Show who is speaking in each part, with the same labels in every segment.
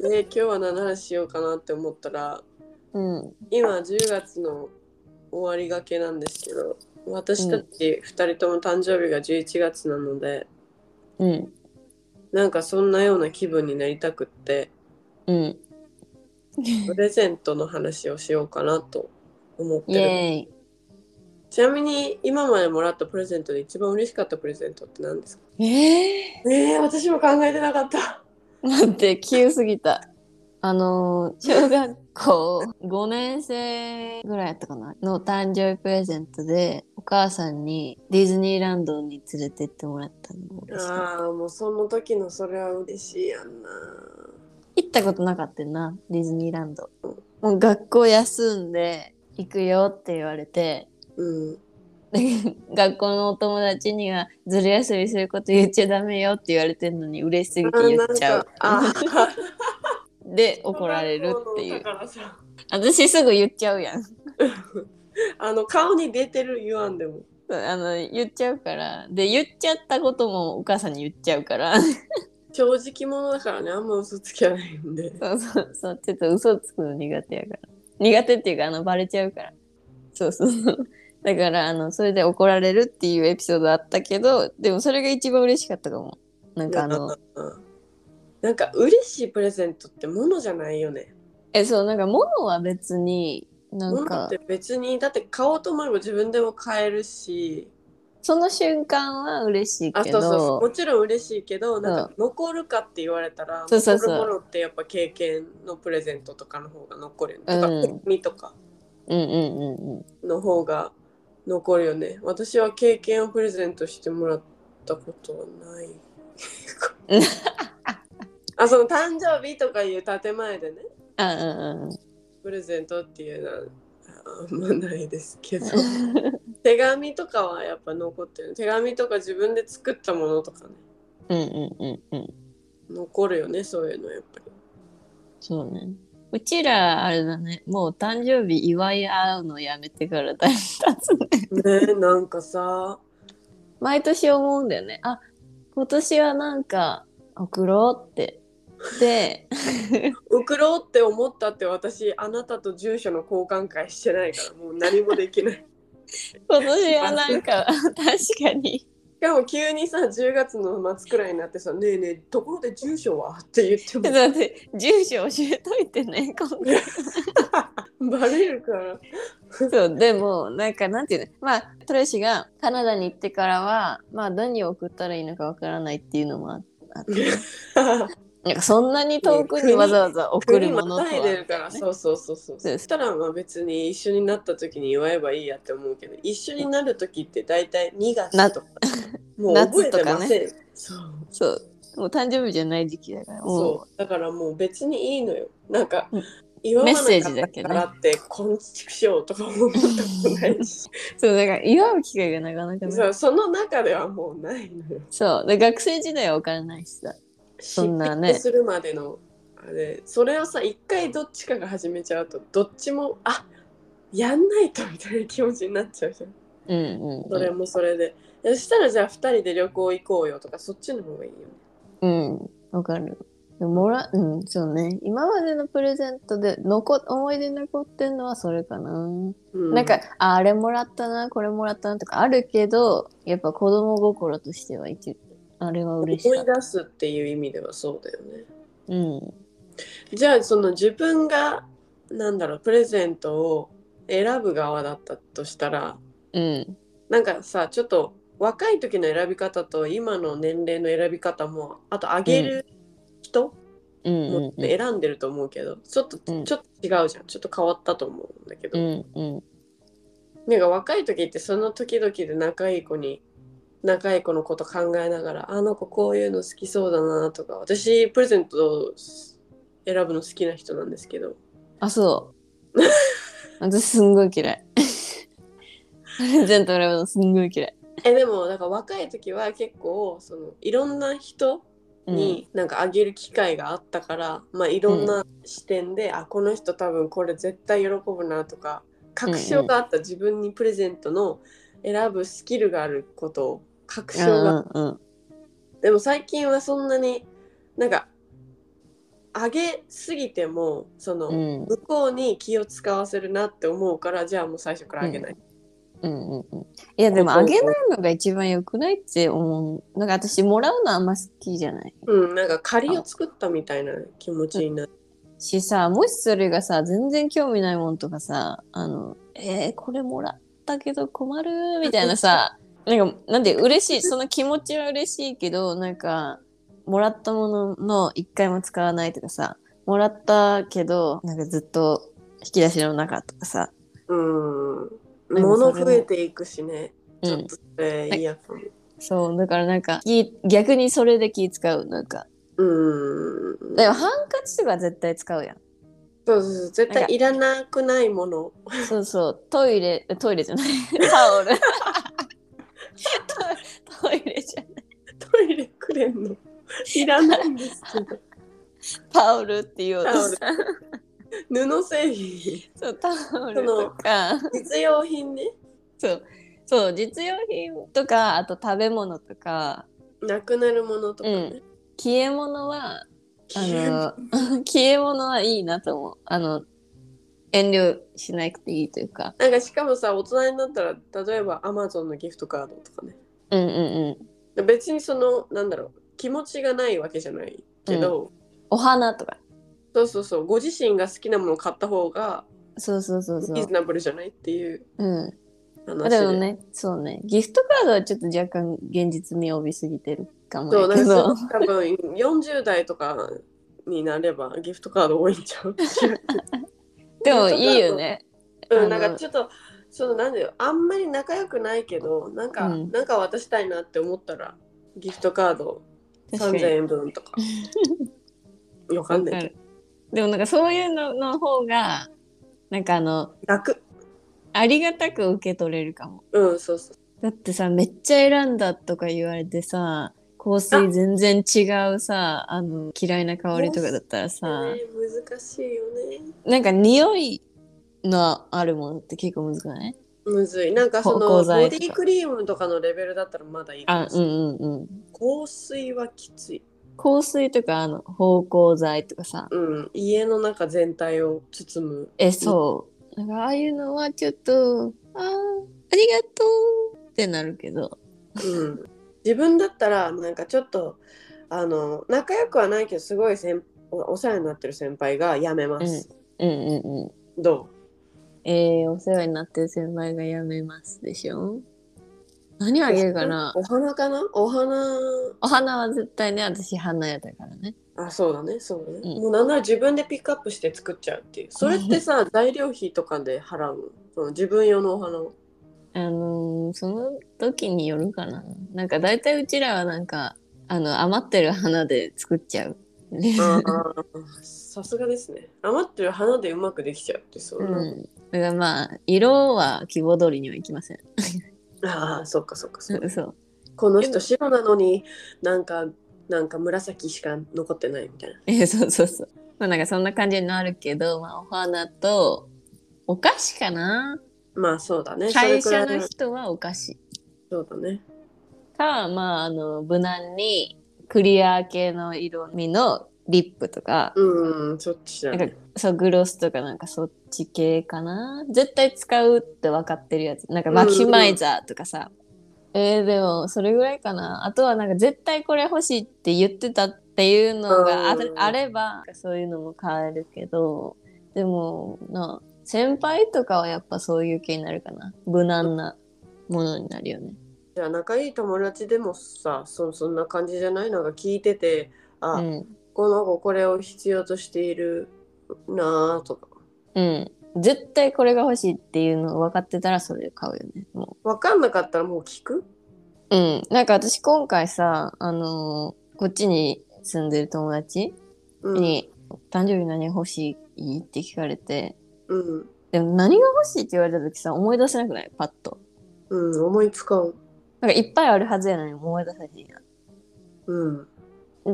Speaker 1: で今日は何の話しようかなって思ったら
Speaker 2: うん。
Speaker 1: 今10月の終わりがけなんですけど私たち2人とも誕生日が11月なので、
Speaker 2: うん。
Speaker 1: なんかそんなような気分になりたくって
Speaker 2: うん。
Speaker 1: プレゼントの話をしようかなと思っ
Speaker 2: イ
Speaker 1: てる
Speaker 2: エーイ。
Speaker 1: ちなみに今までもらったプレゼントで一番嬉しかったプレゼントって何ですか
Speaker 2: え
Speaker 1: えー、私も考えてなかった
Speaker 2: ー、待って、急すぎた。あのー、小学校5年生ぐらいやったかなの誕生日プレゼントで、お母さんにディズニーランドに連れてってもらったのが嬉しかった
Speaker 1: ああもうその時のそれは嬉しいやんな
Speaker 2: 行ったことなかったよな、ディズニーランド。もう学校休んで行くよって言われて、
Speaker 1: うん
Speaker 2: 学校のお友達にはずる休みすること言っちゃダメよって言われてるのに嬉しすぎて言っちゃう。
Speaker 1: あなんかあー
Speaker 2: で怒られるってい
Speaker 1: だ
Speaker 2: う。
Speaker 1: からさ
Speaker 2: 私すぐ言っちゃうやん。
Speaker 1: あの顔に出てる言わんでも
Speaker 2: あの言っちゃうから。で言っちゃったこともお母さんに言っちゃうから。
Speaker 1: 正直者だからねあんま嘘つけないんで
Speaker 2: そうそうそう。ちょっと嘘つくの苦手やから。苦手っていうかあのバレちゃうから。そうそうそう。だからあのそれで怒られるっていうエピソードあったけどでもそれが一番嬉しかったかも。なんかあの。
Speaker 1: うんなんか嬉しいプレゼントってものじゃないよね。
Speaker 2: えそうなんか物は別にな
Speaker 1: も
Speaker 2: ん
Speaker 1: の
Speaker 2: か
Speaker 1: って別にだって買おうと思えば自分でも買えるし
Speaker 2: その瞬間は嬉しい
Speaker 1: あ
Speaker 2: け
Speaker 1: そう
Speaker 2: ど
Speaker 1: そうそうもちろん嬉しいけどなんか残るかって言われたら、
Speaker 2: そうそうそう
Speaker 1: 残るものってやっぱ経験のプレゼントとかの方が残るよね。
Speaker 2: うん
Speaker 1: とか身とか
Speaker 2: うんうんうんうん
Speaker 1: の方が残るよね。私は経験をプレゼントしてもらったことはないあその誕生日とかいう建前でね
Speaker 2: あうんうんうん
Speaker 1: プレゼントっていうのはあんまないですけど手紙とかはやっぱ残ってる手紙とか自分で作ったものとかね
Speaker 2: うんうんうんうん
Speaker 1: 残るよねそういうのやっぱり
Speaker 2: そうねうちらあれだねもう誕生日祝い合うのやめてからだいぶ経つ
Speaker 1: ね
Speaker 2: ね
Speaker 1: なんかさ
Speaker 2: 毎年思うんだよねあ今年はなんか送ろうってで
Speaker 1: 送ろうって思ったって私あなたと住所の交換会してないからもう何もできない
Speaker 2: 今年はなんか 確かに
Speaker 1: しかも急にさ10月の末くらいになってさ「ねえねえところで住所は?」って言って
Speaker 2: ちょっと
Speaker 1: も
Speaker 2: 待って住所教えといて ね今回
Speaker 1: バレるから
Speaker 2: そうでもなんかなんていうのまあトレイシーがカナダに行ってからはまあ何を送ったらいいのかわからないっていうのもああってなんかそんなに遠くにわざわざ送る
Speaker 1: 国
Speaker 2: も
Speaker 1: ま
Speaker 2: のと
Speaker 1: たいでる
Speaker 2: は
Speaker 1: からそうそうそうそう
Speaker 2: そう
Speaker 1: そ
Speaker 2: です
Speaker 1: したらまあ別に一緒になった時に祝えばいいやって思うけど一緒になる時って大体2月とかもう覚えてません、そう
Speaker 2: そうもう誕生日じゃない時期だからも
Speaker 1: そうだからもう別にいいのよなんか
Speaker 2: うん
Speaker 1: 祝わなか
Speaker 2: メッセージだ
Speaker 1: っ
Speaker 2: け
Speaker 1: た
Speaker 2: ね
Speaker 1: からってこんちくしょうとか思ったことないし
Speaker 2: うそうだから祝う機会がなかなかな
Speaker 1: そ
Speaker 2: いう
Speaker 1: その中ではもうないのよ
Speaker 2: そうで学生時代は分からないしさそんなね
Speaker 1: 執筆するまでのあれそれをさ一回どっちかが始めちゃうとどっちもあやんないとみたいな気持ちになっちゃうじゃん
Speaker 2: うんうん
Speaker 1: それもそれで、そしたらじゃあ2人で旅行行こうよとかそっちの方がいいよね
Speaker 2: うんうん分かるでももらうんそうね今までのプレゼントで残思い出に残ってんのはそれかな
Speaker 1: う
Speaker 2: なんかああれもらったなこれもらったなとかあるけどやっぱ子供心としては一あれは
Speaker 1: 思い
Speaker 2: 嬉
Speaker 1: 出
Speaker 2: しかった。
Speaker 1: すっていう意味ではそうだよね
Speaker 2: うん
Speaker 1: じゃあその自分がなんだろうプレゼントを選ぶ側だったとしたら
Speaker 2: うん
Speaker 1: なんかさちょっと若い時の選び方と今の年齢の選び方もあとあげる人
Speaker 2: うん
Speaker 1: も
Speaker 2: うん
Speaker 1: 選んでると思うけど、ちょっと、
Speaker 2: うん
Speaker 1: ちょっと違うじゃんちょっと変わったと思うんだけど、
Speaker 2: うんうん
Speaker 1: なんか若い時ってその時々で仲いい子に仲いい子のこと考えながらあの子こういうの好きそうだなとか私プレゼントを選ぶの好きな人なんですけど
Speaker 2: あそう私すんごい嫌いプレゼント選ぶのすんごい嫌い、
Speaker 1: えでもなんか若い時は結構そのいろんな人
Speaker 2: うん、
Speaker 1: になんかあげる機会があったから、まあいろんな視点で、あこの人多分これ絶対喜ぶなとか確証があった自分にプレゼントの選ぶスキルがあることを確証が
Speaker 2: うんうん
Speaker 1: でも最近はそんなになんか上げすぎてもその、
Speaker 2: うん
Speaker 1: 向こうに気を使わせるなって思うからじゃあもう最初からあげない、
Speaker 2: うんうんうんいやでもあげないのが一番良くないって思うなんか私もらうのあんま好きじゃない
Speaker 1: うん、なんか借りを作ったみたいな気持ちになる、
Speaker 2: しさもしそれがさ全然興味ないもんとかさあのえー、これもらったけど困るみたいなさ なんかなんで嬉しいその気持ちは嬉しいけどなんかもらったものの一回も使わないとかさもらったけどなんかずっと引き出しの中とかさ、
Speaker 1: うん、
Speaker 2: でもそれ
Speaker 1: 物
Speaker 2: も
Speaker 1: 増えていくしね
Speaker 2: う
Speaker 1: ちょっ
Speaker 2: ん
Speaker 1: と、それ嫌かも、
Speaker 2: そうだからなんか気逆にそれで気使うなんか
Speaker 1: うん
Speaker 2: でもハンカチとか絶対使うやん
Speaker 1: そうそうそう絶対いらなくないもの
Speaker 2: そうそう、トイレ、トイレじゃない、 タオル。トイレじゃない、
Speaker 1: トイレくれんのいらないんです けど
Speaker 2: タオルっていう
Speaker 1: タオル布製品
Speaker 2: そう、タオルとか、
Speaker 1: 実用品ね
Speaker 2: そう、そう、実用品とか、あと食べ物とか、
Speaker 1: なくなるものとか
Speaker 2: うん
Speaker 1: ね、
Speaker 2: 消え物は、あ
Speaker 1: 消え
Speaker 2: の、消え物はいいなと思う。あの、遠慮しなくていいというか。
Speaker 1: なんかしかもさ大人になったら例えばアマゾンのギフトカードとかね
Speaker 2: うんうんうん。
Speaker 1: 別にそのなんだろう気持ちがないわけじゃないけど、
Speaker 2: お花とか。
Speaker 1: そうそうそうご自身が好きなものを買った方が
Speaker 2: そうそうそうそ
Speaker 1: リー
Speaker 2: う
Speaker 1: ズ。ナブルじゃないっていう
Speaker 2: うん。
Speaker 1: 話
Speaker 2: あ
Speaker 1: で
Speaker 2: でもね、そうね。ギフトカードはちょっと若干現実味を帯びすぎてるかも
Speaker 1: そう
Speaker 2: や
Speaker 1: な
Speaker 2: け
Speaker 1: んか
Speaker 2: ど。
Speaker 1: 多分40代とかになればギフトカード多いんちゃ う
Speaker 2: でもいいよね。あ
Speaker 1: う
Speaker 2: の
Speaker 1: んなんかちょっとそのなんだよあんまり仲良くないけどなんか、
Speaker 2: うん
Speaker 1: なんか渡したいなって思ったらギフトカード
Speaker 2: 確かに
Speaker 1: 3000円分 とかわかんないけど
Speaker 2: でもなんかそういうのの方が、なんかあの、
Speaker 1: 楽
Speaker 2: ありがたく受け取れるかも。
Speaker 1: うんそうそう
Speaker 2: だってさ、めっちゃ選んだとか言われてさ、香水全然違うさ、あの、嫌いな香りとかだったらさ、
Speaker 1: ね難しいよね
Speaker 2: なんか匂いのあるものって結構難しくない
Speaker 1: むずいなんかその
Speaker 2: 芳香
Speaker 1: ボ
Speaker 2: 剤
Speaker 1: デ
Speaker 2: と
Speaker 1: ィ
Speaker 2: か
Speaker 1: クリームとかのレベルだったらまだいいか
Speaker 2: あ
Speaker 1: も、し
Speaker 2: う
Speaker 1: れ
Speaker 2: ん
Speaker 1: ない
Speaker 2: うんうん。
Speaker 1: 香水はきつい、
Speaker 2: 香水とか、あの、芳香剤とかさ、
Speaker 1: うん、家の中全体を包む
Speaker 2: え、そう。なんかああいうのはちょっと、ああ、ありがとうってなるけど。
Speaker 1: うん、自分だったらなんかちょっとあの仲良くはないけどすごい先おお世話になってる先輩が辞めます、
Speaker 2: うんうんうん。
Speaker 1: ど
Speaker 2: えー、お世話になってる先輩が辞めますでしょ何
Speaker 1: う
Speaker 2: あげるかな
Speaker 1: お花かなお花
Speaker 2: お花は絶対ね、私花屋だからね。
Speaker 1: あそうだねそうだね、
Speaker 2: うん
Speaker 1: もうなんなら自分でピックアップして作っちゃうっていうそれって さ材料費とかで払うのその自分用のお花を
Speaker 2: あのーその時によるかな。なんか大体うちらはなんか、あの、余ってる花で作っちゃう。
Speaker 1: あーさすがですね余ってる花でうまくできちゃうってそう
Speaker 2: う
Speaker 1: な、
Speaker 2: ん。だからまあ、色は希望通りにはいきません。
Speaker 1: ああそっかそっかそっか
Speaker 2: そう。
Speaker 1: この人白なのになんかなんか紫しか残ってないみたいな
Speaker 2: えそうそうそう。まあなんかそんな感じになるけど、まあお花と、お菓子かな
Speaker 1: まあそうだねそれ
Speaker 2: 会
Speaker 1: くら
Speaker 2: 社
Speaker 1: い
Speaker 2: の人はお菓子。
Speaker 1: そうだね
Speaker 2: か、まあ、あの、無難にクリア系の色味のリップとか、
Speaker 1: うんそっちだ
Speaker 2: なんか
Speaker 1: ね
Speaker 2: そう、グロスとかなんかそっち系かな。絶対使うって分かってるやつ。なんかマキシマイザーとかさ。えー、でも、それぐらいかな。あとはなんか絶対これ欲しいって言ってたっていうのがあ
Speaker 1: うん
Speaker 2: あれば、そういうのも買えるけど、でも、な、先輩とかはやっぱそういう系になるかな。無難なものになるよね。
Speaker 1: じゃあ仲いい友達でもさそそんな感じじゃないなんか聞いててあ、
Speaker 2: うん。
Speaker 1: この子これを必要としているなあとか
Speaker 2: うん。絶対これが欲しいっていうのを分かってたらそれ買うよね。も
Speaker 1: 分かんなかったらもう聞く
Speaker 2: う。うん。なんか私今回さ、あのーこっちに住んでる友達
Speaker 1: うん、
Speaker 2: に、誕生日何欲しいって聞かれて、
Speaker 1: うん
Speaker 2: でも何が欲しいって言われた時さ、思い出せなくないパッと。
Speaker 1: うん、思いつかん
Speaker 2: なんかいっぱいあるはずやのに思い出せないな。
Speaker 1: うん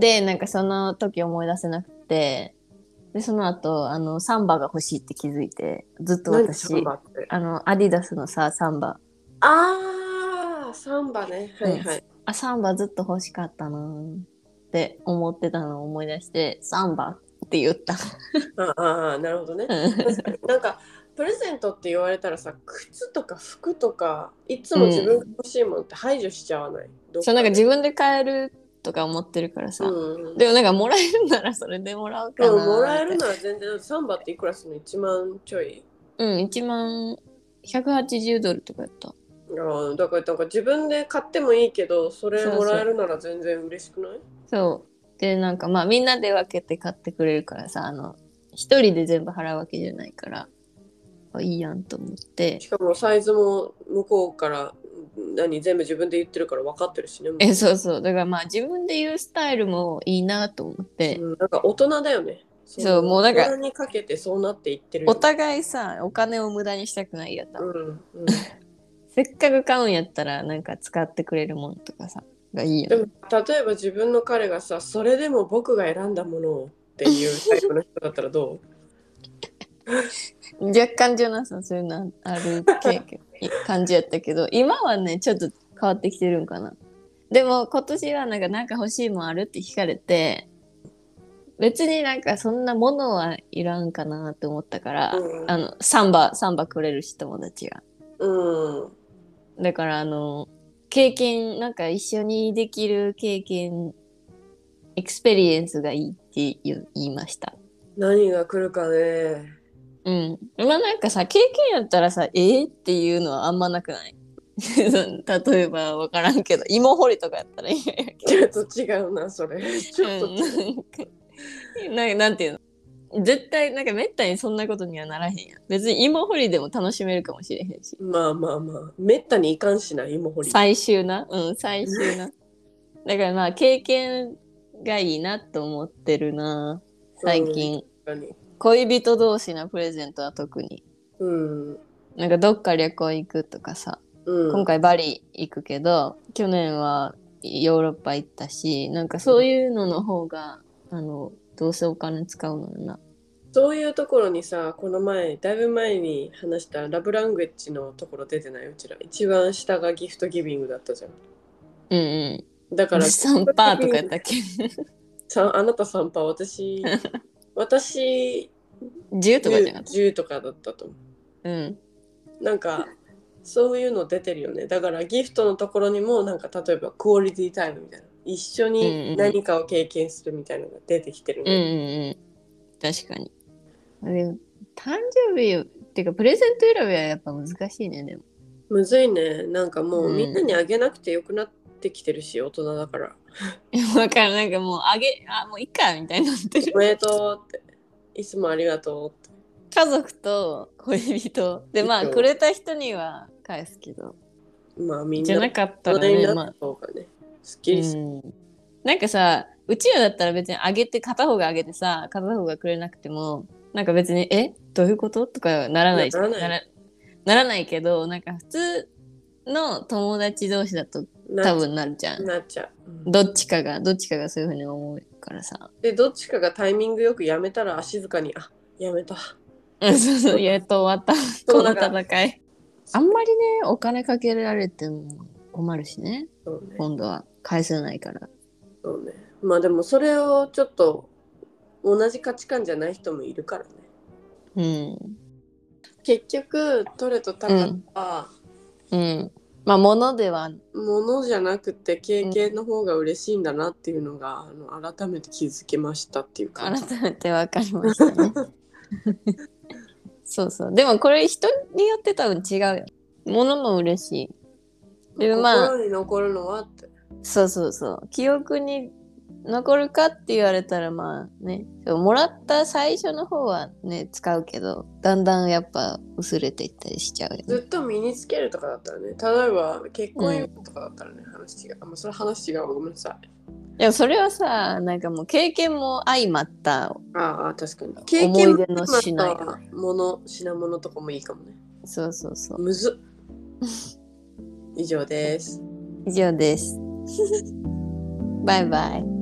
Speaker 2: で、なんかその時思い出せなくて、で、その後、あの、サンバが欲しいって気づいて、ずっと
Speaker 1: 何
Speaker 2: 私
Speaker 1: サン、バって
Speaker 2: あの、アディダスのさ、サンバ、
Speaker 1: ああサンバねはいはい、
Speaker 2: あ、サンバずっと欲しかったなーって思ってたのを思い出して、サンバってって言った。
Speaker 1: ああーなるほどね確かになんかプレゼントって言われたらさ靴とか服とかいつも自分が欲しいものって排除しちゃわない、どっ
Speaker 2: そう、
Speaker 1: で
Speaker 2: なんか自分で買えるとか思ってるからさ。
Speaker 1: うんうん、
Speaker 2: でもなんかもらえるならそれでもらおうか
Speaker 1: で
Speaker 2: な
Speaker 1: ももらえる
Speaker 2: みたい
Speaker 1: なら全然サンバっていくらするの1万ちょい
Speaker 2: なうん、1万180ドルとかやった。
Speaker 1: ああだからなんか自分で買ってもいいけどそれもらえるなら全然嬉しくない
Speaker 2: そう。で、なんかまあみんなで分けて買ってくれるからさ、あの、一人で全部払うわけじゃないから、あいいやんと思って。
Speaker 1: しかもサイズも向こうから何全部自分で言ってるから分かってるしねもう
Speaker 2: え、そうそう。だからまあ自分で言うスタイルもいいなと思って。
Speaker 1: うんなんか大人だよね
Speaker 2: そうもうなんか
Speaker 1: 大人にかけてそうなっていってるよ
Speaker 2: お
Speaker 1: ね
Speaker 2: 互いさ、お金を無駄にしたくないやった。
Speaker 1: うんうん、
Speaker 2: せっかく買うんやったら、なんか使ってくれるもんとかさ、がいいよ
Speaker 1: で
Speaker 2: ね。
Speaker 1: も例えば自分の彼がさそれでも僕が選んだものをっていうタイプの人だったらどう
Speaker 2: 若干ジョナさんそういうの ある経験い感じやったけど今はねちょっと変わってきてるんかなでも今年はなんかなんか欲しいもんあるって聞かれて別になんかそんなものはいらんかなって思ったから、
Speaker 1: うん
Speaker 2: あのサンバサンバくれるし友達が
Speaker 1: うん
Speaker 2: だからあの経験なんか一緒にできる経験エクスペリエンスがいいって言う言いました
Speaker 1: 何が来るかね
Speaker 2: うん。まあなんかさ、経験やったらさ、えー、っていうのはあんまなくない 例えばわからんけど、芋掘りとかやったらいやいや
Speaker 1: ちょっと違うなそれちょっと、
Speaker 2: うんなんかなんていうの絶対、なんかめったにそんなことにはならへんやん。別に芋掘りでも楽しめるかもしれへんし。
Speaker 1: まあまあまあめったにいかんしな芋掘り
Speaker 2: 最終な。うん、最終な。だからまあ経験がいいなと思ってるな。最
Speaker 1: う
Speaker 2: 近。
Speaker 1: ん確かに
Speaker 2: 恋人同士のプレゼントは特に。
Speaker 1: うん
Speaker 2: なんかどっか旅行行くとかさ。
Speaker 1: うん
Speaker 2: 今回バリ行くけど去年はヨーロッパ行ったしなんかそういうのの方があのどうせお金使うのよな
Speaker 1: そういうところにさこの前だいぶ前に話したラブラングエッジのところ出てないうちら一番下がギフトギビングだったじゃん
Speaker 2: うんうん
Speaker 1: だ から
Speaker 2: 3パーとかやったっ け
Speaker 1: さあなた3パー 私私
Speaker 2: 10とかじゃなかっ
Speaker 1: 10, 10とかだったと思
Speaker 2: たうん
Speaker 1: うなん かそういうの出てるよねだからギフトのところにもなんか例えばクオリティタイムみたいな一緒
Speaker 2: うんう
Speaker 1: に
Speaker 2: ん
Speaker 1: 何かを経験するみたいなのが出てきてる
Speaker 2: うんう
Speaker 1: ね、
Speaker 2: んうん確かにでも誕生日っていうかプレゼント選びはやっぱ難しいね でも
Speaker 1: むずいねなんかもう
Speaker 2: うん
Speaker 1: みんなにあげなくてよくなってきてるし大人だから
Speaker 2: 分かるなんかもうあげあもういいかみたい になってる
Speaker 1: おめでとうっていつもありがとうって
Speaker 2: 家族と恋人でまあくれた人には返すけど
Speaker 1: まあみん
Speaker 2: じゃな
Speaker 1: な
Speaker 2: かっ
Speaker 1: 大
Speaker 2: た
Speaker 1: 人
Speaker 2: ら
Speaker 1: に
Speaker 2: ね
Speaker 1: な
Speaker 2: まあ
Speaker 1: った方がねすっきりする、
Speaker 2: うんなんかさうちらだったら別にあげて片方があげてさ片方がくれなくてもなんか別に「えどういうこと?」とかならないじゃん
Speaker 1: ならない
Speaker 2: らならないけどなんか普通の友達同士だと多分なるじゃん
Speaker 1: なっちゃう、うん
Speaker 2: どっちかがどっちかがそういうふうに思うからさ
Speaker 1: でどっちかがタイミングよくやめたら静かに「あやめた
Speaker 2: うんそうそうやっと終わった
Speaker 1: そ
Speaker 2: こ
Speaker 1: う
Speaker 2: の
Speaker 1: だから
Speaker 2: 戦いあんまりねお金かけられても困るしね」
Speaker 1: そうね
Speaker 2: 今度は返せないから
Speaker 1: そうねまあでもそれをちょっと同じ価値観じゃない人もいるからね
Speaker 2: うん
Speaker 1: 結局トレとタカは
Speaker 2: うんまあ物では
Speaker 1: ものじゃなくて経験の方が嬉しいんだなっていうのが、あの改めて気づきましたっていうか
Speaker 2: 改めて分かりました ね。そうそう。でもこれ人によって多分違うよ。物も嬉しい。でもまあ
Speaker 1: 心に残るのはって
Speaker 2: そうそうそう。記憶に残るかって言われたらまあね。でももらった最初の方はね、使うけど、だんだんやっぱ薄れていったりしちゃうよね。
Speaker 1: ずっと身につけるとかだったらね例えば結婚指輪とかだったらね、話違うあもうそれ話違うごめんなさい
Speaker 2: でもそれはさ、なんかもう経験も相まった。
Speaker 1: ああ確かに経
Speaker 2: 思い
Speaker 1: 験
Speaker 2: 出の品やな
Speaker 1: もの品物とかもいいかもね
Speaker 2: そうそうそう。
Speaker 1: むず っ以上です
Speaker 2: 以上です。バイバイ。